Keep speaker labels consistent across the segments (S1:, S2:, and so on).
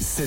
S1: 16h,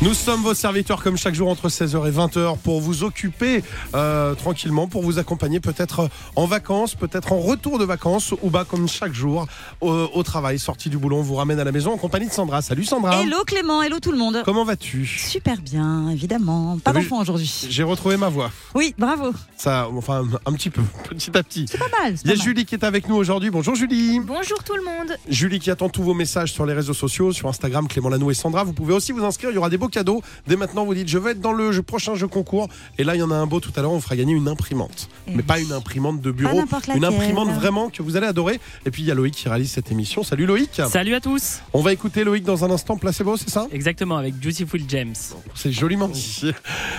S2: Nous sommes vos serviteurs comme chaque jour entre 16h et 20h pour vous occuper euh, tranquillement, pour vous accompagner peut-être en vacances, peut-être en retour de vacances ou bah comme chaque jour au, au travail, sortie du boulot, on vous ramène à la maison en compagnie de Sandra. Salut Sandra.
S3: Hello Clément, hello tout le monde.
S2: Comment vas-tu
S3: Super bien, évidemment.
S2: Ah
S3: Pas
S2: oui,
S3: d'enfant aujourd'hui.
S2: J'ai retrouvé ma voix.
S3: Oui, bravo.
S2: Ça, enfin un petit peu, petit à petit.
S3: Pas mal. c'est
S2: Il y a
S3: pas mal.
S2: Julie qui est avec nous aujourd'hui. Bonjour Julie.
S4: Bonjour tout le monde.
S2: Julie qui attend tous vos messages sur les réseaux sociaux, sur Instagram, Clément Lanou et Sandra. Vous pouvez aussi vous inscrire, il y aura des beaux cadeaux. Dès maintenant, vous dites je veux être dans le jeu- prochain jeu concours. Et là, il y en a un beau tout à l'heure, on fera gagner une imprimante.
S3: Eh
S2: Mais
S3: oui.
S2: pas une imprimante de
S3: Pas
S2: bureau,
S3: n'importe
S2: une
S3: laquelle.
S2: imprimante vraiment que vous allez adorer. Et puis il y a Loïc qui réalise cette émission. Salut Loïc.
S5: Salut à tous
S2: On va écouter Loïc dans un instant, placebo, c'est ça
S5: Exactement, avec Juicyful James.
S2: C'est joliment dit.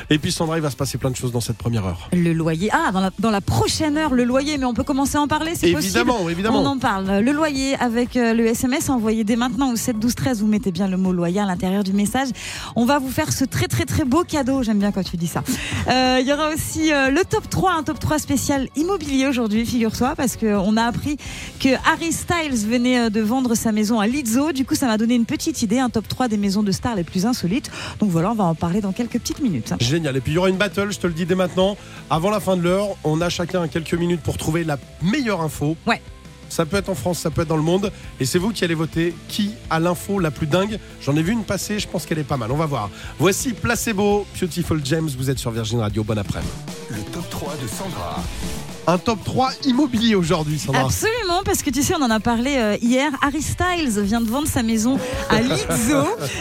S2: Et puis Sandra, il va se passer plein de choses dans cette première heure.
S3: Le loyer. Ah, dans la, dans la prochaine heure, le loyer, mais on peut commencer à en parler, c'est possible.
S2: Évidemment, évidemment.
S3: On en parle. Le loyer avec euh, le SMS envoyé dès maintenant au 7 12 13. Vous mettez bien le mot loyer à l'intérieur du message. On va vous faire ce très très très beau cadeau. J'aime bien quand tu dis ça. Euh, Il y aura aussi euh, le top 3, un top 3 spécial immobilier aujourd'hui, figure-toi, parce qu'on a appris que Harry Styles venait euh, de vendre sa maison à Lizzo. Du coup, ça m'a donné une petite idée, un top 3 des maisons de stars les plus insolites. Donc voilà, on va en parler dans quelques petites minutes.
S2: Génial. Et puis il y aura une battle, je te le dis dès maintenant. Avant la fin de l'heure, on a chacun quelques minutes pour trouver la meilleure info.
S3: Ouais.
S2: Ça peut être en France, ça peut être dans le monde. Et c'est vous qui allez voter qui a l'info la plus dingue. J'en ai vu une passer, je pense qu'elle est pas mal. On va voir. Voici Placebo, Beautiful James. Vous êtes sur Virgin Radio. Bon après-midi.
S1: Le top 3 de Sandra.
S2: Un top 3 immobilier aujourd'hui, Sandra.
S3: Ah, Absolument, parce que tu sais, on en a parlé euh, hier. Harry Styles vient de vendre sa maison à Lizzo.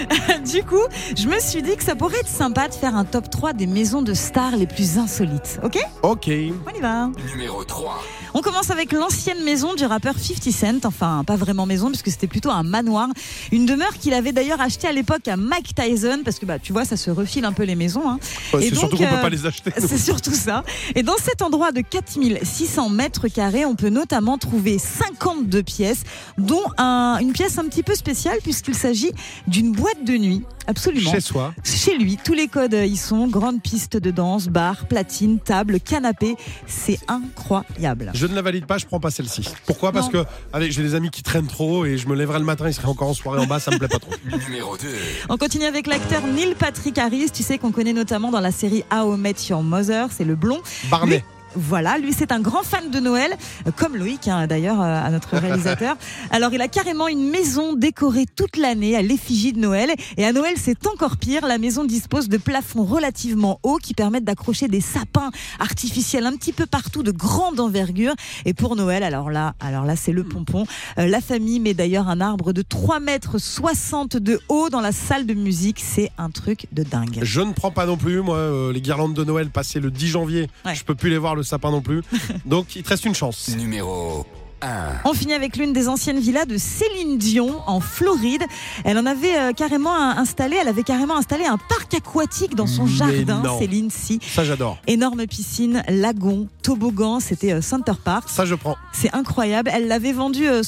S3: du coup, je me suis dit que ça pourrait être sympa de faire un top 3 des maisons de stars les plus insolites. Ok
S2: Ok.
S3: On y va.
S1: Numéro 3.
S3: On commence avec l'ancienne maison du rappeur 50 Cent. Enfin, pas vraiment maison, puisque c'était plutôt un manoir. Une demeure qu'il avait d'ailleurs achetée à l'époque à Mike Tyson, parce que bah, tu vois, ça se refile un peu les maisons. hein.
S2: Ouais,
S3: Et
S2: C'est surtout
S3: donc,
S2: qu'on peut
S3: euh,
S2: pas les acheter. nous.
S3: C'est surtout ça. Et dans cet endroit de 4600 mètres carrés, on peut notamment trouver 52 pièces, dont un- une pièce un petit peu spéciale puisqu'il s'agit d'une boîte de nuit. Absolument.
S2: Chez soi.
S3: Chez lui, tous les codes euh, y sont. Grande piste de danse, bar, platine, table, canapé. C'est incroyable.
S2: Je ne la valide pas, je prends pas celle-ci. Pourquoi Parce que, allez, j'ai des amis qui traînent trop et je me lèverai le matin, ils seraient encore en soirée en bas, ça me plaît pas trop.
S1: Numéro 2.
S3: On continue avec l'acteur Neil Patrick Harris. Tu sais qu'on connaît notamment dans la série How I Met Your Mother. C'est le blond.
S2: Barnet.
S3: Voilà, lui c'est un grand fan de Noël, euh, comme Loïc hein, d'ailleurs, euh, à notre réalisateur. Alors il a carrément une maison décorée toute l'année à l'effigie de Noël. Et à Noël c'est encore pire, la maison dispose de plafonds relativement hauts qui permettent d'accrocher des sapins artificiels un petit peu partout de grande envergure. Et pour Noël, alors là, alors là c'est le pompon. Euh, la famille met d'ailleurs un arbre de 3 mètres 60 de haut dans la salle de musique. C'est un truc de dingue.
S2: Je ne prends pas non plus, moi, euh, les guirlandes de Noël passées le 10 janvier.
S3: Ouais.
S2: Je peux plus les voir, le sapin non plus. Donc, il te reste une chance.
S1: Numéro 1.
S3: On finit avec l'une des anciennes villas de Céline Dion en Floride. Elle en avait euh, carrément un- installé, elle avait carrément installé un parc aquatique dans son
S2: Mais
S3: jardin,
S2: non.
S3: Céline si.
S2: Ça, j'adore.
S3: Énorme piscine, lagon, toboggan, c'était euh, Center Park.
S2: Ça, je prends.
S3: C'est incroyable. Elle l'avait vendu euh,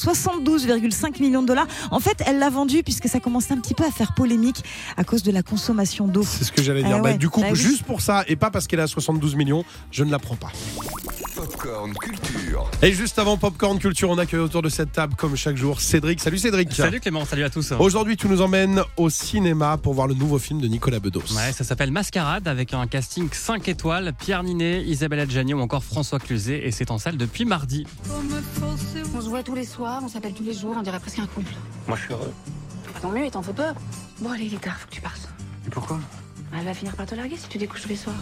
S3: 72,5 millions de dollars. En fait, elle l'a vendu puisque ça commençait un petit peu à faire polémique à cause de la consommation d'eau.
S2: C'est ce que j'allais
S3: Ah
S2: dire. Bah,
S3: ouais,
S2: du coup,
S3: bah oui.
S2: juste pour ça, et pas parce qu'elle a 72 millions, je ne la prends pas.
S1: Popcorn Culture.
S2: Et juste avant Popcorn Culture, on accueille autour de cette table, comme chaque jour, Cédric. Salut Cédric.
S5: Salut Clément, salut à tous.
S2: Aujourd'hui, tu nous emmènes au cinéma pour voir le nouveau film de Nicolas Bedos.
S5: Ouais, ça s'appelle Mascarade avec un casting 5 étoiles, Pierre Ninet, Isabelle Adjani ou encore François Cluzet et c'est en salle depuis mardi.
S6: On se voit tous les soirs, on s'appelle tous les jours, on dirait presque un couple. Moi, je suis heureux. tant mieux, et t'en fais peur. Bon, allez, il est tard, faut que tu partes. Et pourquoi Elle va finir par te larguer si tu découches tous les soirs.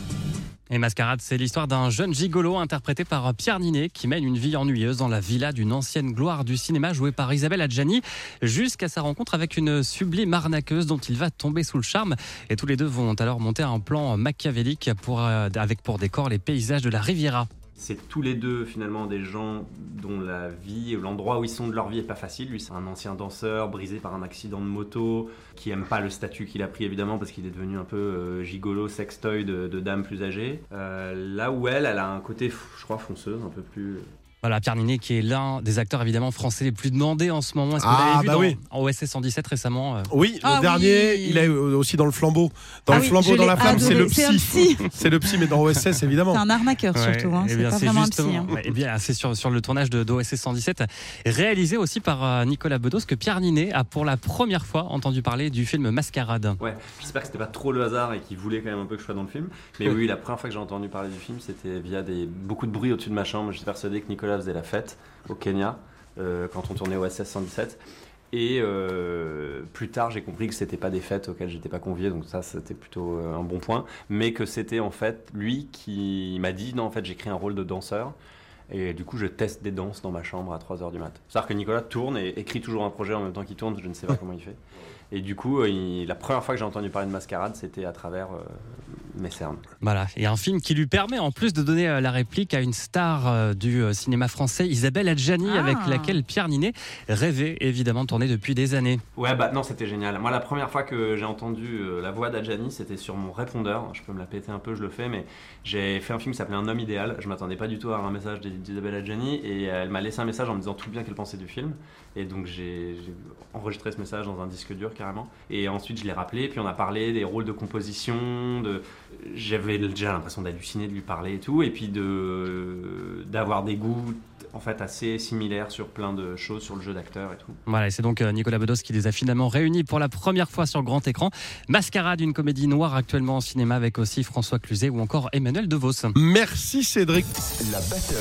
S5: Et Mascarade, c'est l'histoire d'un jeune gigolo interprété par Pierre Ninet qui mène une vie ennuyeuse dans la villa d'une ancienne gloire du cinéma jouée par Isabelle Adjani jusqu'à sa rencontre avec une sublime arnaqueuse dont il va tomber sous le charme et tous les deux vont alors monter un plan machiavélique pour, euh, avec pour décor les paysages de la Riviera.
S7: C'est tous les deux finalement des gens dont la vie, ou l'endroit où ils sont de leur vie est pas facile. Lui, c'est un ancien danseur brisé par un accident de moto, qui aime pas le statut qu'il a pris évidemment parce qu'il est devenu un peu euh, gigolo, sextoy de, de dames plus âgées. Euh, là où elle, elle a un côté, je crois, fonceuse, un peu plus
S5: Voilà, Pierre Ninet qui est l'un des acteurs évidemment français les plus demandés en ce moment. Est-ce que
S2: Ah,
S5: vous l'avez vu
S2: bah
S5: dans-
S2: oui.
S5: en OSS 117 récemment euh,
S2: Oui,
S3: Ah
S2: le dernier,
S3: oui.
S2: il est euh, aussi dans le flambeau. Dans
S3: Ah
S2: le
S3: oui,
S2: flambeau,
S3: je
S2: dans la
S3: l'ai
S2: flamme, c'est le
S3: adoré. C'est un
S2: psy. C'est le psy, mais dans OSS,
S3: C'est
S2: évidemment.
S3: un arnaqueur surtout, hein.
S5: eh
S3: c'est
S5: bien,
S3: pas vraiment un psy.
S5: justement-
S3: hein.
S5: ouais, eh bien, c'est sur, sur le tournage de d'OSS 117, réalisé aussi par euh, Nicolas Bedos, que Pierre Ninet a pour la première fois entendu parler du film Mascarade.
S7: Ouais, j'espère que c'était pas trop le hasard et qu'il voulait quand même un peu que je sois dans le film. Mais oui, la première fois que j'ai entendu parler du film, c'était via des, beaucoup de bruit au-dessus de ma chambre. J'étais persuadé que Nicolas faisait la fête au Kenya euh, quand on tournait au SS 117. Et euh, plus tard, j'ai compris que c'était pas des fêtes auxquelles j'étais pas convié, donc ça, c'était plutôt euh, un bon point. Mais que c'était en fait lui qui m'a dit non, en fait, j'écris un rôle de danseur. Et du coup, je teste des danses dans ma chambre à 3h du mat. C'est-à-dire que Nicolas tourne et écrit toujours un projet en même temps qu'il tourne, je ne sais pas comment il fait. Et du coup, euh, il- la première fois que j'ai entendu parler de Mascarade, c'était à travers euh, mes cernes.
S5: Voilà, et un film qui lui permet en plus de donner euh, la réplique à une star euh, du euh, cinéma français, Isabelle Adjani,
S3: Ah.
S5: avec laquelle Pierre Ninet rêvait évidemment de tourner depuis des années.
S7: Ouais, bah non, c'était génial. Moi, la première fois que j'ai entendu euh, la voix d'Adjani, c'était sur mon répondeur. Je peux me la péter un peu, je le fais, mais j'ai fait un film qui s'appelait Un homme idéal. Je m'attendais pas du tout à avoir un message d'Isabelle Adjani et elle m'a laissé un message en me disant tout le bien qu'elle pensait du film. Et donc, j'ai j'ai enregistré ce message dans un disque dur carrément. Et ensuite, je l'ai rappelé, puis on a parlé des rôles de composition, de, j'avais déjà l'impression d'halluciner de lui parler et tout et puis de d'avoir des goûts en fait assez similaires sur plein de choses sur le jeu d'acteur et tout
S5: Voilà, et c'est donc euh, Nicolas Bedos qui les a finalement réunis pour la première fois sur grand écran. Mascarade, une comédie noire actuellement en cinéma avec aussi François Cluzet ou encore Emmanuel DeVos.
S2: Merci Cédric.
S1: La battle.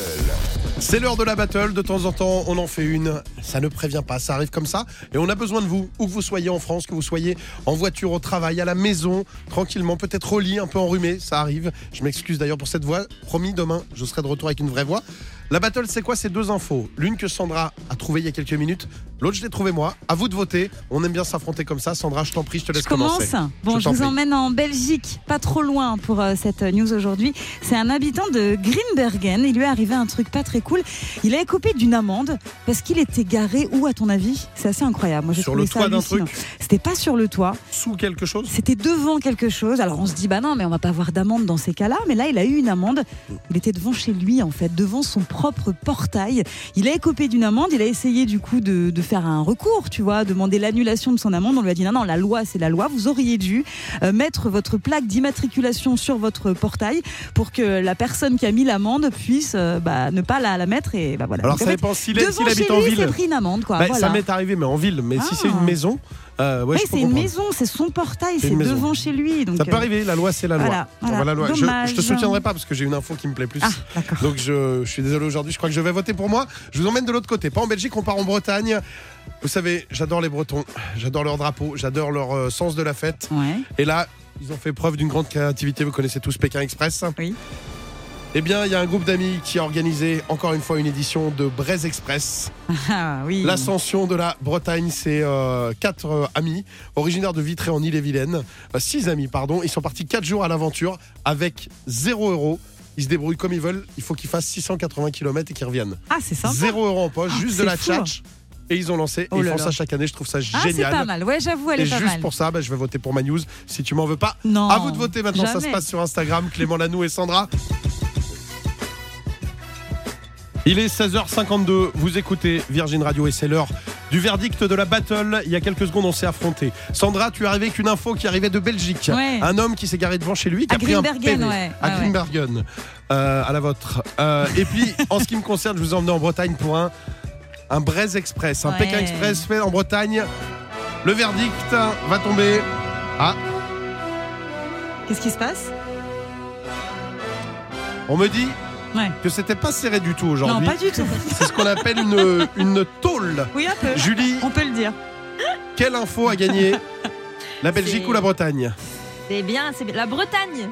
S2: C'est l'heure de la battle. De temps en temps, on en fait une. Ça ne prévient pas, ça arrive comme ça. Et on a besoin de vous, où que vous soyez en France, que vous soyez en voiture, au travail, à la maison, tranquillement, peut-être au lit, un peu enrhumé, ça arrive. Je m'excuse d'ailleurs pour cette voix. Promis, demain, je serai de retour avec une vraie voix. La battle, c'est quoi ces deux infos L'une que Sandra a trouvée il y a quelques minutes, l'autre je l'ai trouvée moi. À vous de voter. On aime bien s'affronter comme ça. Sandra, je t'en prie, je te laisse
S3: Je commence.
S2: commencer.
S3: Bon,
S2: Je
S3: je,
S2: t'en
S3: vous
S2: prie.
S3: emmène en Belgique, pas trop loin pour euh, cette euh, news aujourd'hui. C'est un habitant de Grimbergen. Il lui est arrivé un truc pas très cool. Il a écopé d'une amende parce qu'il était garé où, à ton avis C'est assez incroyable. Moi, j'ai
S2: Sur le
S3: trouvé
S2: toit
S3: ça
S2: d'un
S3: hallucinant.
S2: truc,
S3: C'était pas sur le toit.
S2: sous quelque chose
S3: C'était devant quelque chose. Alors on se dit, bah non, mais on va pas avoir d'amende dans ces cas-là. Mais là, il a eu une amende. Il était devant chez lui, en fait, devant son propre portail. Il a écopé d'une amende. Il a essayé, du coup, de, de faire un recours, tu vois, demander l'annulation de son amende. On lui a dit, non, non, la loi, c'est la loi. Vous auriez dû euh, mettre votre plaque d'immatriculation sur votre portail pour que la personne qui a mis l'amende puisse euh, bah, ne pas la, la mettre. Et bah voilà.
S2: Alors
S3: Donc, en
S2: ça
S3: fait,
S2: dépend s'il est-
S3: devant
S2: s'il
S3: chez
S2: habite
S3: lui,
S2: en
S3: il s'est
S2: ville.
S3: pris une amende, quoi.
S2: Bah,
S3: voilà.
S2: Ça m'est arrivé, mais en ville. Mais si
S3: Ah.
S2: c'est une maison, euh, ouais,
S3: Oui,
S2: je peux
S3: c'est une
S2: comprendre.
S3: maison, c'est son portail,
S2: C'est
S3: c'est
S2: une maison.
S3: devant chez lui. Donc
S2: Ça peut
S3: euh,
S2: arriver, la loi c'est la loi.
S3: Voilà, voilà.
S2: la loi. Je,
S3: Dommage.
S2: je te soutiendrai pas parce que j'ai une info qui me plaît plus.
S3: Ah, d'accord.
S2: Donc je, je suis désolé aujourd'hui, je crois que je vais voter pour moi. Je vous emmène de l'autre côté, pas en Belgique, on part en Bretagne. Vous savez, j'adore les Bretons, j'adore leur drapeau, j'adore leur euh, sens de la fête.
S3: Ouais.
S2: Et là, ils ont fait preuve d'une grande créativité, vous connaissez tous Pékin Express.
S3: Oui.
S2: Eh bien, il y a un groupe d'amis qui a organisé encore une fois une édition de Braise Express.
S3: Ah oui.
S2: L'ascension de la Bretagne, c'est euh, quatre euh, amis originaires de Vitré en Ille-et-Vilaine, Euh, six amis pardon. Ils sont partis quatre jours à l'aventure avec zéro euro. Ils se débrouillent comme ils veulent. Il faut qu'ils fassent 680 km et qu'ils reviennent.
S3: Ah, c'est sympa.
S2: Zéro euro en poche,
S3: Ah,
S2: juste
S3: c'est
S2: de la
S3: fou.
S2: tchatch. Et ils ont lancé. Et
S3: Oh
S2: ils
S3: là
S2: font
S3: là.
S2: ça chaque année. Je trouve ça
S3: Ah, c'est
S2: génial.
S3: pas mal. Ouais, j'avoue, elle
S2: et
S3: est pas
S2: juste
S3: mal.
S2: pour ça, bah, je vais voter pour ma news. Si tu m'en veux pas,
S3: Non.
S2: à vous de voter maintenant. Ça se
S3: jamais.
S2: passe sur Instagram, Clément Lanou et Sandra. Il est 16h52, vous écoutez Virgin Radio et c'est l'heure du verdict de la battle. Il y a quelques secondes, on s'est affrontés. Sandra, tu es arrivée avec une info qui arrivait de Belgique.
S3: Ouais.
S2: Un homme qui s'est garé devant chez lui, qui
S3: À
S2: a pris un
S3: Grimbergen,
S2: PV.
S3: ouais,
S2: À
S3: ouais, ouais.
S2: Grimbergen, euh, à la vôtre. Euh, et puis, en ce qui me concerne, je vous ai emmené en Bretagne pour un, un Braise Express, un
S3: Ouais.
S2: Pékin Express fait en Bretagne. Le verdict va tomber.
S3: Qu'est-ce qui se passe
S2: On me dit
S3: Ouais.
S2: que c'était pas serré du tout
S3: Non,
S2: aujourd'hui.
S3: pas du tout.
S2: C'est ce qu'on appelle une, une tôle.
S3: Oui, un peu.
S2: Julie,
S3: On peut le dire.
S2: quelle info a gagné La Belgique
S8: C'est-
S2: ou la Bretagne
S8: C'est bien, c'est bien. La Bretagne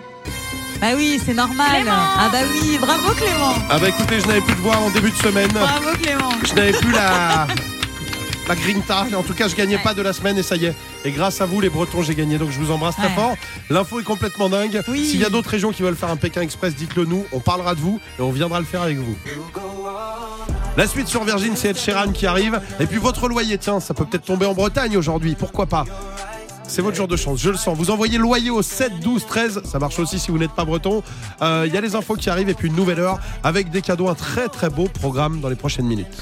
S3: Bah oui, c'est normal.
S8: Clément
S3: ah bah oui, bravo Clément.
S2: Ah bah écoutez, je n'avais plus de voix en début de semaine.
S3: Bravo Clément.
S2: Je n'avais plus la. La grinta, en tout cas je gagnais pas de la semaine et ça y est. Et grâce à vous les Bretons j'ai gagné, donc je vous embrasse très
S3: Ouais.
S2: fort. L'info est complètement dingue.
S3: Oui.
S2: S'il y a d'autres régions qui veulent faire un Pékin Express, dites-le nous, on parlera de vous et on viendra le faire avec vous. La suite sur Virgin, c'est Ed Sheeran qui arrive. Et puis votre loyer, tiens, ça peut peut-être tomber en Bretagne aujourd'hui, pourquoi pas C'est votre jour de chance, je le sens. Vous envoyez loyer au 7, 12, 13. Ça marche aussi si vous n'êtes pas breton. Euh, Il y a les infos qui arrivent et puis une nouvelle heure avec des cadeaux. Un très très beau programme dans les prochaines minutes.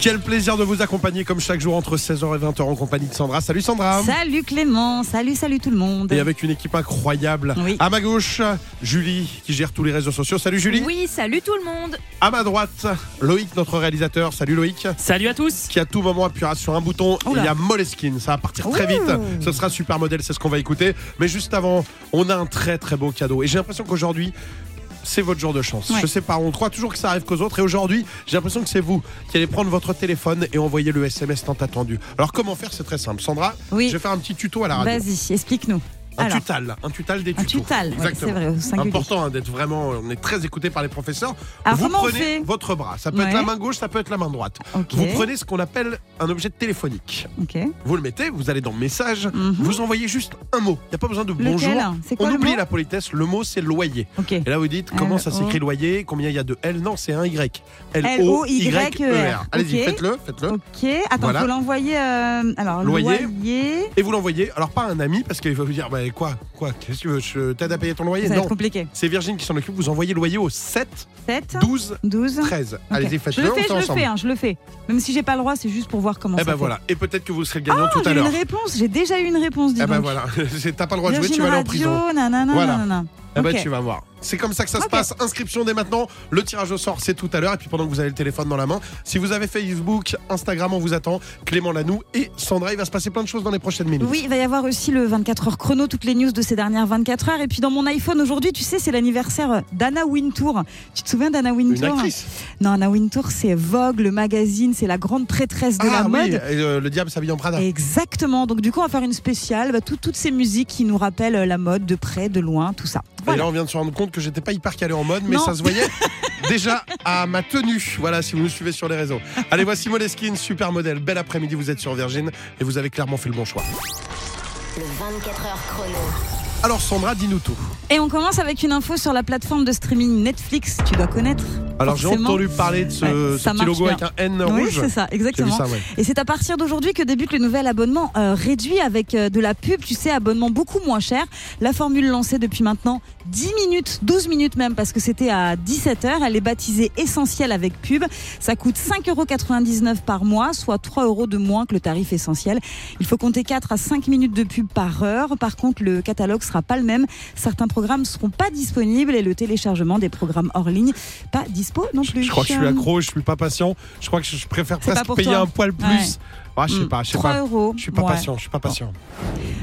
S2: Quel plaisir de vous accompagner comme chaque jour entre 16h et 20h en compagnie de Sandra. Salut Sandra.
S3: Salut Clément, salut, salut tout le monde.
S2: Ah. Et avec une équipe incroyable.
S3: Oui.
S2: À ma gauche, Julie qui gère tous les réseaux sociaux. Salut Julie.
S8: Oui, salut tout le monde.
S2: À ma droite, Loïc, notre réalisateur. Salut Loïc.
S9: Salut à tous
S2: qui à tout moment appuiera sur un bouton.
S3: Oula.
S2: Il y a Moleskine, ça va partir très vite. Ce sera super modèle, c'est ce qu'on va écouter. Mais juste avant, on a un très très beau cadeau. Et j'ai l'impression qu'aujourd'hui, c'est votre jour de chance.
S3: Ouais.
S2: Je sais pas, on croit toujours que ça arrive qu'aux autres. Et aujourd'hui, j'ai l'impression que c'est vous qui allez prendre votre téléphone et envoyer le SMS tant attendu. Alors comment faire C'est très simple. Sandra,
S3: Oui.
S2: je vais faire un petit tuto à la Ah, radio.
S3: Vas-y, explique-nous.
S2: Un
S3: Alors,
S2: tutal, un tutal des
S3: un
S2: tutos.
S3: tutal, ouais, c'est
S2: Exactement.
S3: vrai, au singulier.
S2: Important hein, d'être vraiment, on est très écouté par les professeurs.
S3: Alors,
S2: vous
S3: comment on
S2: prenez
S3: fait
S2: votre bras, ça peut
S3: Ouais.
S2: être la main gauche, ça peut être la main droite.
S3: Ok,
S2: Vous prenez ce qu'on appelle un objet téléphonique.
S3: ok.
S2: Vous le mettez, vous allez dans Messages,
S3: Mhm.
S2: vous envoyez juste un mot. Il n'y a pas besoin de
S3: Lequel
S2: bonjour.
S3: C'est quoi
S2: On
S3: le
S2: oublie Euh,
S3: mot Euh, oh.
S2: la politesse, le mot c'est loyer.
S3: Ok.
S2: Et là vous dites comment ça
S3: L-O.
S2: s'écrit loyer, combien il y a de L Non, c'est un Y.
S3: L-O-Y-E-R.
S2: E Allez-y,
S3: E Ok.
S2: faites-le, faites-le.
S3: Ok, attends,
S2: Voilà.
S3: faut l'envoyer. euh, alors,
S2: Loyer.
S3: loyer.
S2: Et vous l'envoyez, alors pas à un ami parce qu'il va vous dire bah, quoi, quoi, qu'est-ce que tu veux, je t'aide à payer ton loyer
S3: Ça va
S2: Non,
S3: être compliqué.
S2: c'est Virgin qui s'en occupe, vous envoyez loyer au 7
S3: 7,
S2: 12
S3: 12.
S2: 13. Allez-y,
S3: Je
S2: faites-le,
S3: le
S2: on
S3: fais,
S2: fait
S3: je le
S2: ensemble.
S3: fais, hein, je le fais. Même si j'ai pas le droit, c'est juste pour voir comment
S2: Eh
S3: ça
S2: ben
S3: fait.
S2: voilà, et peut-être que vous serez le gagnant
S3: Oh,
S2: tout à
S3: j'ai
S2: l'heure.
S3: une réponse, j'ai déjà eu une réponse, dis
S2: Eh ben
S3: donc.
S2: voilà, t'as pas le droit de jouer,
S3: Virgin
S2: tu vas aller en
S3: Radio,
S2: prison.
S3: nanana,
S2: Voilà.
S3: nanana.
S2: Eh ben,
S3: Ok.
S2: tu vas voir. C'est comme ça que ça se
S3: Ok.
S2: passe. Inscription dès maintenant. Le tirage au sort, c'est tout à l'heure. Et puis pendant que vous avez le téléphone dans la main, si vous avez Facebook, Instagram, on vous attend. Clément Lanoux et Sandra, il va se passer plein de choses dans les prochaines minutes.
S3: Oui, il va y avoir aussi le 24 heures chrono, toutes les news de ces dernières 24 heures. Et puis dans mon iPhone aujourd'hui, tu sais, c'est l'anniversaire d'Anna Wintour. Tu te souviens d'Anna
S2: Une
S3: Wintour
S2: actrice.
S3: Non, Anna Wintour, c'est Vogue, le magazine, c'est la grande traîtresse de
S2: ah
S3: la
S2: oui,
S3: mode.
S2: et, euh, le diable s'habille en Prada.
S3: Exactement. Donc du coup, on va faire une spéciale, bah, tout- toutes ces musiques qui nous rappellent euh, la mode de près, de loin, tout ça.
S2: Et
S3: Voilà.
S2: là, on vient de se rendre compte que j'étais pas hyper calé en mode, mais
S3: Non.
S2: ça se voyait déjà à ma tenue. Voilà, si vous nous suivez sur les réseaux. Allez, voici Moleskine, super modèle. Bel après-midi, vous êtes sur Virgin et vous avez clairement fait le bon choix.
S4: Le 24 heures chrono.
S2: Alors, Sandra, dis-nous tout.
S3: Et on commence avec une info sur la plateforme de streaming Netflix. Tu dois connaître.
S2: Alors, j'ai
S3: forcément.
S2: entendu parler de ce,
S3: Ouais,
S2: ce
S3: ça
S2: petit
S3: marche
S2: logo
S3: bien.
S2: avec un N
S3: Oui,
S2: rouge.
S3: c'est ça,
S2: J'ai vu
S3: exactement.
S2: ça, ouais.
S3: Et c'est à partir d'aujourd'hui que débute le nouvel abonnement euh, réduit avec euh, de la pub, tu sais, abonnement beaucoup moins cher. La formule lancée depuis maintenant 10 minutes, 12 minutes même, parce que c'était à 17h. Elle est baptisée Essentiel avec pub. Ça coûte 5,99€ par mois, soit 3 euros de moins que le tarif essentiel. Il faut compter 4 à 5 minutes de pub par heure. Par contre, le catalogue sera pas le même. Certains programmes seront pas disponibles et le téléchargement des programmes hors ligne, pas dispo non plus. hein.
S2: Je crois que je suis accro, je suis pas patient. Je crois que je préfère
S3: C'est pas
S2: presque
S3: pour
S2: payer
S3: toi.
S2: un poil plus.
S3: Ouais.
S2: Ah, je sais
S3: Mm,
S2: pas, je sais
S3: 3
S2: pas.
S3: euros.
S2: Je suis pas
S3: Ouais.
S2: patient, je suis pas patient.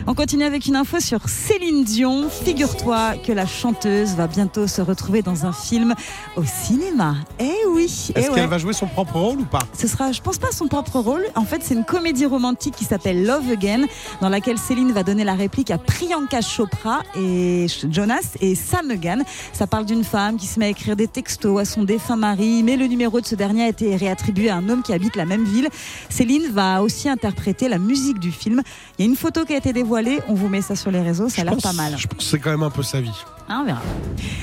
S3: On continue avec une info sur Céline Dion. Figure-toi que la chanteuse va bientôt se retrouver dans un film au cinéma. Eh oui, eh
S2: Est-ce
S3: ouais.
S2: qu'elle va jouer son propre rôle ou pas
S3: Ce sera, je pense pas, son propre rôle. En fait, c'est une comédie romantique qui s'appelle Love Again, dans laquelle Céline va donner la réplique à Priyanka Chopra et Ch- Jonas et Sam Egan. Ça parle d'une femme qui se met à écrire des textos à son défunt mari, mais le numéro de ce dernier a été réattribué à un homme qui habite la même ville. Céline va aussi interpréter la musique du film. Il y a une photo qui a été dévoilée. On vous met ça sur les réseaux. Ça a
S2: Je
S3: l'air
S2: pense-
S3: pas mal.
S2: Je pense que c'est quand même un peu sa vie.
S3: Hein, on verra.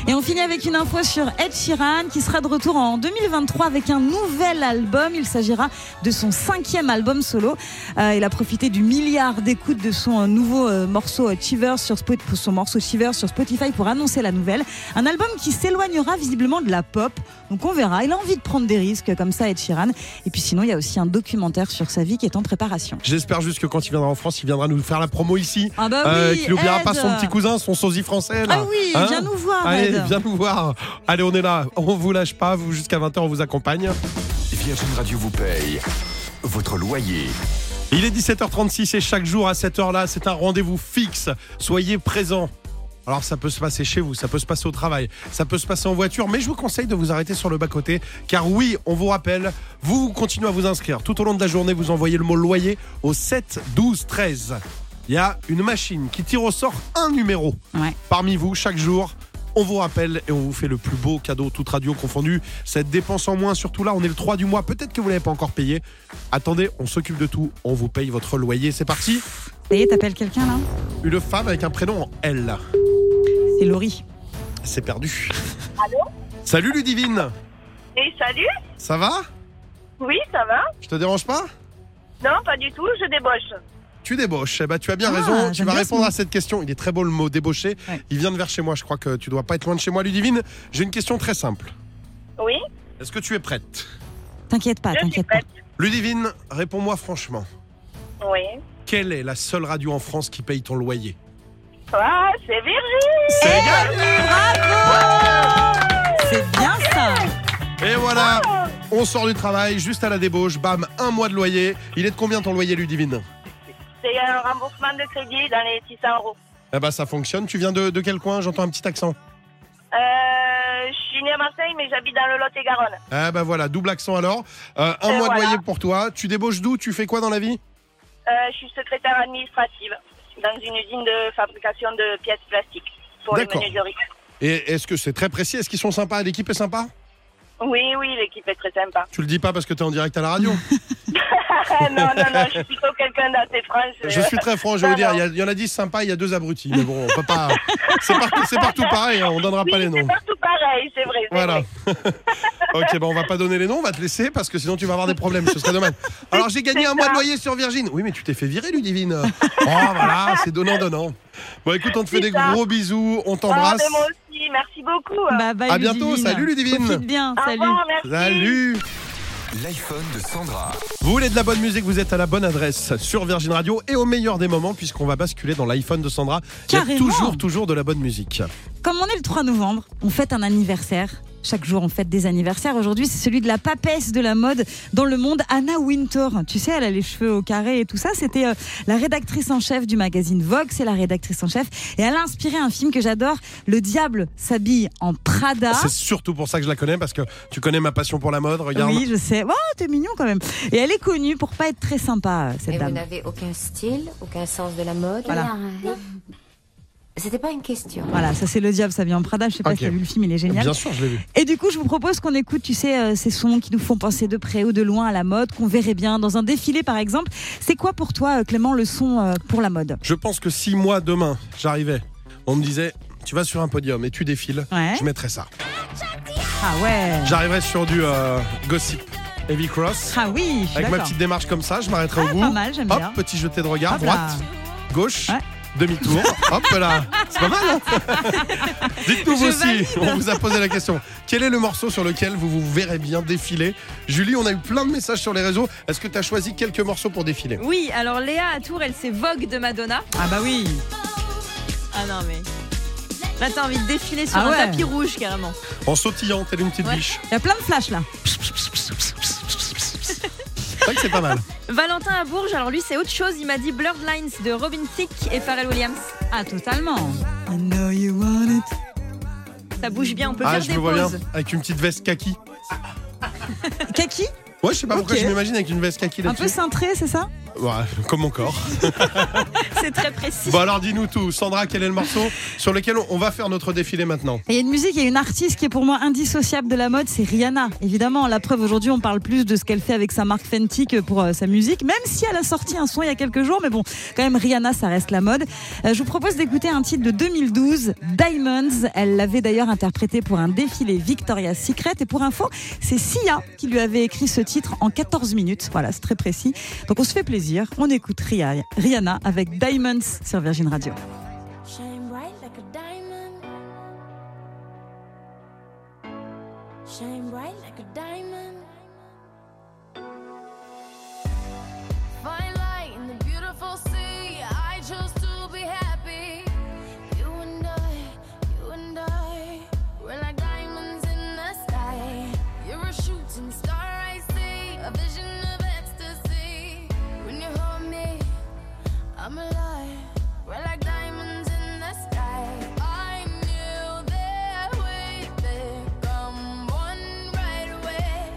S3: Et on finit avec une info sur Ed Sheeran qui sera de retour en 2023 avec un nouvel album. Il s'agira de son cinquième album solo. Euh, il a profité du milliard d'écoutes de son euh, nouveau euh, morceau euh, Shivers sur Spot- pour son morceau Shivers sur Spotify pour annoncer la nouvelle. Un album qui s'éloignera visiblement de la pop. Donc on verra. Il a envie de prendre des risques comme ça Ed Sheeran. Et puis sinon il y a aussi un documentaire sur sa vie qui est en préparation.
S2: J'espère juste que quand il viendra en France, il viendra nous faire la promo ici.
S3: Ah bah oui.
S2: Euh, qu'il n'oubliera
S3: Ed.
S2: pas son petit cousin, son sosie français. Là.
S3: Ah oui,
S2: Hein
S3: viens nous voir.
S2: Allez,
S3: Ed.
S2: viens nous voir. Allez, on est là. On vous lâche pas. Vous jusqu'à 20h, on vous accompagne.
S1: Virgin Radio vous paye votre loyer.
S2: Il est 17h36 et chaque jour à cette heure-là, c'est un rendez-vous fixe. Soyez présents. Alors ça peut se passer chez vous, ça peut se passer au travail, ça peut se passer en voiture, mais je vous conseille de vous arrêter sur le bas-côté, car oui, on vous rappelle, vous continuez à vous inscrire. Tout au long de la journée, vous envoyez le mot loyer au 7 12 13. Il y a une machine qui tire au sort un numéro
S3: Ouais.
S2: parmi vous chaque jour. On vous rappelle et on vous fait le plus beau cadeau, toute radio confondue. Cette dépense en moins, surtout là, on est le 3 du mois. Peut-être que vous ne l'avez pas encore payé. Attendez, on s'occupe de tout. On vous paye votre loyer. C'est parti.
S3: Ça y est, t'appelles quelqu'un là
S2: Une femme avec un prénom en L.
S3: C'est Laurie.
S2: C'est perdu. Allô Salut Ludivine.
S10: Et salut
S2: Ça va
S9: Eh, Oui, ça va.
S2: Je te dérange pas
S9: Non, pas du tout, je débauche.
S2: Tu débauches. Eh ben, tu as bien
S3: Ah,
S2: raison. Tu
S3: j'aime
S2: vas
S3: bien ce
S2: répondre
S3: mot.
S2: à cette question. Il est très beau le mot débauché.
S3: Ouais.
S2: Il vient de vers chez moi. Je crois que tu dois pas être loin de chez moi, Ludivine. J'ai une question très simple.
S9: Oui,
S2: Est-ce que tu es prête
S3: T'inquiète pas,
S9: je suis
S3: t'inquiète pas.
S9: prête.
S2: Ludivine, réponds-moi franchement.
S9: Oui.
S2: Quelle est la seule radio en France qui paye ton loyer
S9: Ah, c'est Virgile.
S2: C'est gagné
S3: C'est bien ça.
S2: Et voilà, on sort du travail juste à la débauche. Bam, un mois de loyer. Il est de combien ton loyer, Ludivine
S9: C'est un remboursement de crédit dans les 600 euros.
S2: Eh ben, ça fonctionne. Tu viens de, de quel coin J'entends un petit accent.
S9: Euh, je suis née à Marseille, mais j'habite dans le Lot-et-Garonne.
S2: Eh ben voilà, double accent alors. Euh, un
S9: Et
S2: mois de
S9: voilà.
S2: loyer pour toi. Tu débauches d'où Tu fais quoi dans la vie
S9: Euh, je suis secrétaire administrative dans une usine de fabrication de pièces plastiques pour les
S2: D'accord.
S9: menuiseries.
S2: Et est-ce que c'est très précis Est-ce qu'ils sont sympas L'équipe est sympa
S9: Oui, oui, l'équipe est très sympa.
S2: Tu le dis pas parce que t'es en direct à la radio.
S9: Ah, non, non, non, je suis plutôt quelqu'un d'assez franc. je-
S2: je suis très franc, je vais vous dire.
S9: Non, non.
S2: Il y a- il y, en a 10 sympas, il y a deux abrutis. Mais bon, on peut pas. C'est partout, c'est partout pareil, hein, on donnera
S9: Oui,
S2: pas les
S9: c'est
S2: noms.
S9: partout pareil, c'est vrai. c'est
S2: Voilà.
S9: vrai.
S2: ok, bon, on va pas donner les noms, on va te laisser parce que sinon tu vas avoir des problèmes, ce serait dommage. Alors j'ai gagné
S9: C'est
S2: un mois de
S9: ça.
S2: loyer sur Virgin. Oui, mais tu t'es fait virer, Ludivine. Oh, voilà, c'est donnant-donnant. Bon, écoute, on te fait des
S9: C'est ça.
S2: gros bisous, on
S9: Ah,
S2: t'embrasse.
S9: mais moi aussi, merci beaucoup.
S3: Bah, bye,
S2: À bientôt,
S3: Ludivine.
S2: salut, Ludivine.
S3: Profite bien,
S9: Au
S3: salut.
S9: revoir, merci.
S2: Salut
S1: L'iPhone de Sandra.
S2: Vous voulez de la bonne musique, vous êtes à la bonne adresse sur Virgin Radio et au meilleur des moments puisqu'on va basculer dans l'iPhone de Sandra. Il y a
S3: Carrément.
S2: toujours, toujours de la bonne musique.
S3: Comme on est le 3 novembre, on fête un anniversaire. Chaque jour, on fête des anniversaires. Aujourd'hui, c'est celui de la papesse de la mode dans le monde, Anna Wintour. Tu sais, elle a les cheveux au carré et tout ça. C'était euh, la rédactrice en chef du magazine Vogue. C'est la rédactrice en chef. Et elle a inspiré un film que j'adore. Le diable s'habille en Prada.
S2: Ah, C'est surtout pour ça que je la connais parce que tu connais ma passion pour la mode, regarde.
S3: Oui, je sais. Oh, t'es mignon quand même. Et elle est connue pour pas être très sympa,
S9: Eh
S3: euh, cette
S4: Et vous
S3: dame.
S4: n'avez aucun style, aucun sens de la mode.
S3: Voilà.
S4: Non. C'était pas une question.
S3: Voilà, ça c'est le diable s'habille en Prada. Je sais pas
S2: Ok.
S3: si t'as vu le film, il est génial.
S2: Bien sûr, je l'ai vu.
S3: Et du coup, je vous propose qu'on écoute, tu sais, euh, ces sons qui nous font penser de près ou de loin à la mode, qu'on verrait bien dans un défilé, par exemple. C'est quoi pour toi, euh, Clément, le son euh, pour la mode
S2: Je pense que si moi demain j'arrivais, on me disait tu vas sur un podium et tu défiles,
S3: Ouais.
S2: je mettrais ça.
S3: Ah ouais.
S2: J'arriverais sur du euh, gossip, heavy cross,
S3: Ah oui, je suis
S2: avec ma
S3: d'accord. Ah,
S2: petite démarche comme ça, je m'arrêterais au bout.
S3: Pas mal, j'aime
S2: Hop,
S3: bien.
S2: petit jeté de regard,
S3: Hop là.
S2: droite, gauche,
S3: Ouais.
S2: demi-tour. Hop là, c'est pas mal. hein Dites-nous vous
S3: Je
S2: aussi,
S3: valide.
S2: on vous a posé la question. Quel est le morceau sur lequel vous vous verrez bien défiler Julie, on a eu plein de messages sur les réseaux. Est-ce que tu as choisi quelques morceaux pour défiler
S8: Oui, alors Léa à Tours, elle s'est Vogue de Madonna.
S3: Ah bah oui.
S8: Ah non, mais. Là, t'as envie de défiler sur
S3: Ah
S8: un
S3: ouais.
S8: tapis rouge carrément.
S2: En sautillant, telle une petite
S8: Ouais.
S2: biche.
S3: Il y a plein de flashs là.
S2: C'est vrai que c'est pas mal.
S8: Valentin à Bourges, alors lui, c'est autre chose. Il m'a dit Blurred Lines de Robin Thicke et Pharrell Williams.
S3: Ah totalement. I know you want it.
S8: Ça bouge bien, on peut
S2: Ah,
S8: faire
S2: je
S8: des
S2: me vois bien
S8: pauses.
S2: avec une petite veste kaki.
S3: Kaki,
S2: Ouais, je sais pas pourquoi
S3: Ok.
S2: je m'imagine avec une veste kaki
S3: un peu
S2: là-dessus.
S3: cintré, c'est ça
S2: Ouais, comme mon corps.
S8: C'est très précis.
S2: Bon, alors dis-nous tout. Sandra, quel est le morceau sur lequel on- on va faire notre défilé maintenant
S3: Et Il y a une musique, il y a une artiste qui est pour moi indissociable de la mode, c'est Rihanna. Évidemment, la preuve aujourd'hui, on parle plus de ce qu'elle fait avec sa marque Fenty que pour euh, sa musique, même si elle a sorti un son il y a quelques jours, mais bon, quand même, Rihanna, ça reste la mode. Euh, je vous propose d'écouter un titre de 2012, Diamonds. Elle l'avait d'ailleurs interprété pour un défilé Victoria's Secret. Et pour info, c'est Sia qui lui avait écrit ce titre en 14 minutes. Voilà, c'est très précis. Donc on se fait plaisir, on écoute Ria- Rihanna avec Diamonds sur Virgin Radio.
S4: Shine bright like a diamond. Shine bright like a diamond. Find light in the beautiful sea. I chose to be happy. You and I, you and I, we're like diamonds in the sky. You're a shooting star, I see. A vision of ecstasy. When you hold me, I'm alive. We're like diamonds in the sky. I knew that we'd become one right away.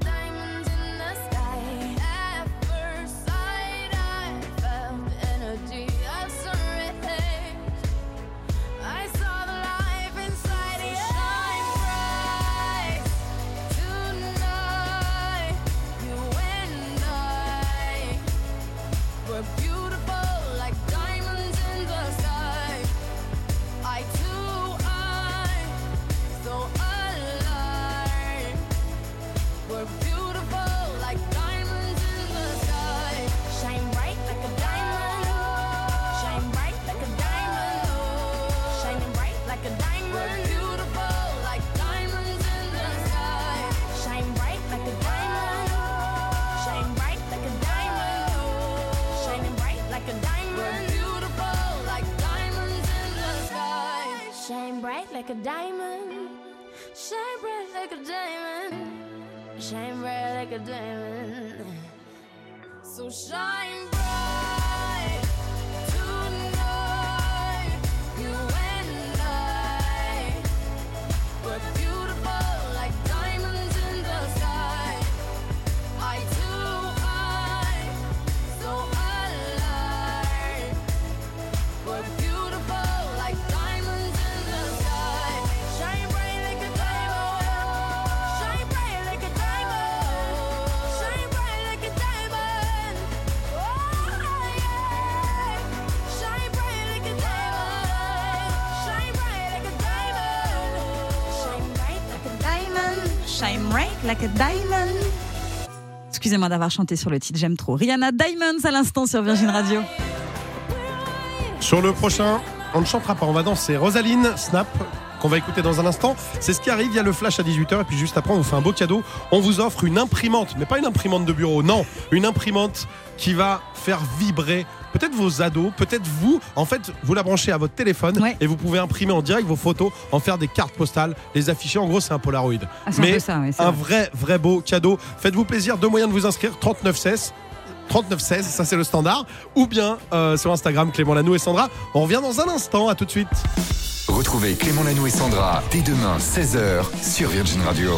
S4: diamonds in the sky. At first sight, I felt the energy of surrender. I saw the life inside you. Shine bright tonight. You and I were beautiful like diamonds in the sky. I too I so alive. We're beautiful like diamonds in the sky. Shine bright like a diamond. Shine bright like a diamond. Shining bright like a diamond. We're beautiful like diamonds in the sky. Shine bright like a diamond. Shine bright like a diamond. Shining bright like a diamond. We're beautiful like diamonds in the sky. Shine bright like a diamond. Shine bright like a diamond. Shine bright like a diamond. So shine bright tonight. You and I were beautiful like diamonds in the sky. I too I so alive. We're beautiful like diamonds in the sky. Shine bright like a diamond. Shine bright like a diamond. Shine bright like a diamond. Oh yeah. Shine bright like a diamond. Shine bright like a diamond. Shine bright like a diamond.
S3: Shine bright like a diamond. Excusez-moi d'avoir chanté sur le titre, j'aime trop. Rihanna Diamonds à l'instant sur Virgin Radio.
S2: Sur le prochain, on ne chantera pas, on va danser. Rosaline, Snap, qu'on va écouter dans un instant. C'est ce qui arrive, il y a le flash à 18h et puis juste après, on vous fait un beau cadeau. On vous offre une imprimante, mais pas une imprimante de bureau, non, une imprimante qui va faire vibrer. Peut-être vos ados, peut-être vous. En fait, vous la branchez à votre téléphone
S3: Ouais.
S2: et vous pouvez imprimer en direct vos photos, en faire des cartes postales, les afficher. En gros, c'est un Polaroid.
S3: Ah, c'est un
S2: Mais
S3: peu ça, ouais, c'est
S2: un
S3: vrai.
S2: vrai, vrai beau cadeau. Faites-vous plaisir. Deux moyens de vous inscrire 39 16. 39 16, ça c'est le standard. Ou bien euh, sur Instagram, Clément Lanou et Sandra. On revient dans un instant. À tout de suite.
S1: Retrouvez Clément Lanou et Sandra dès demain 16h sur Virgin Radio.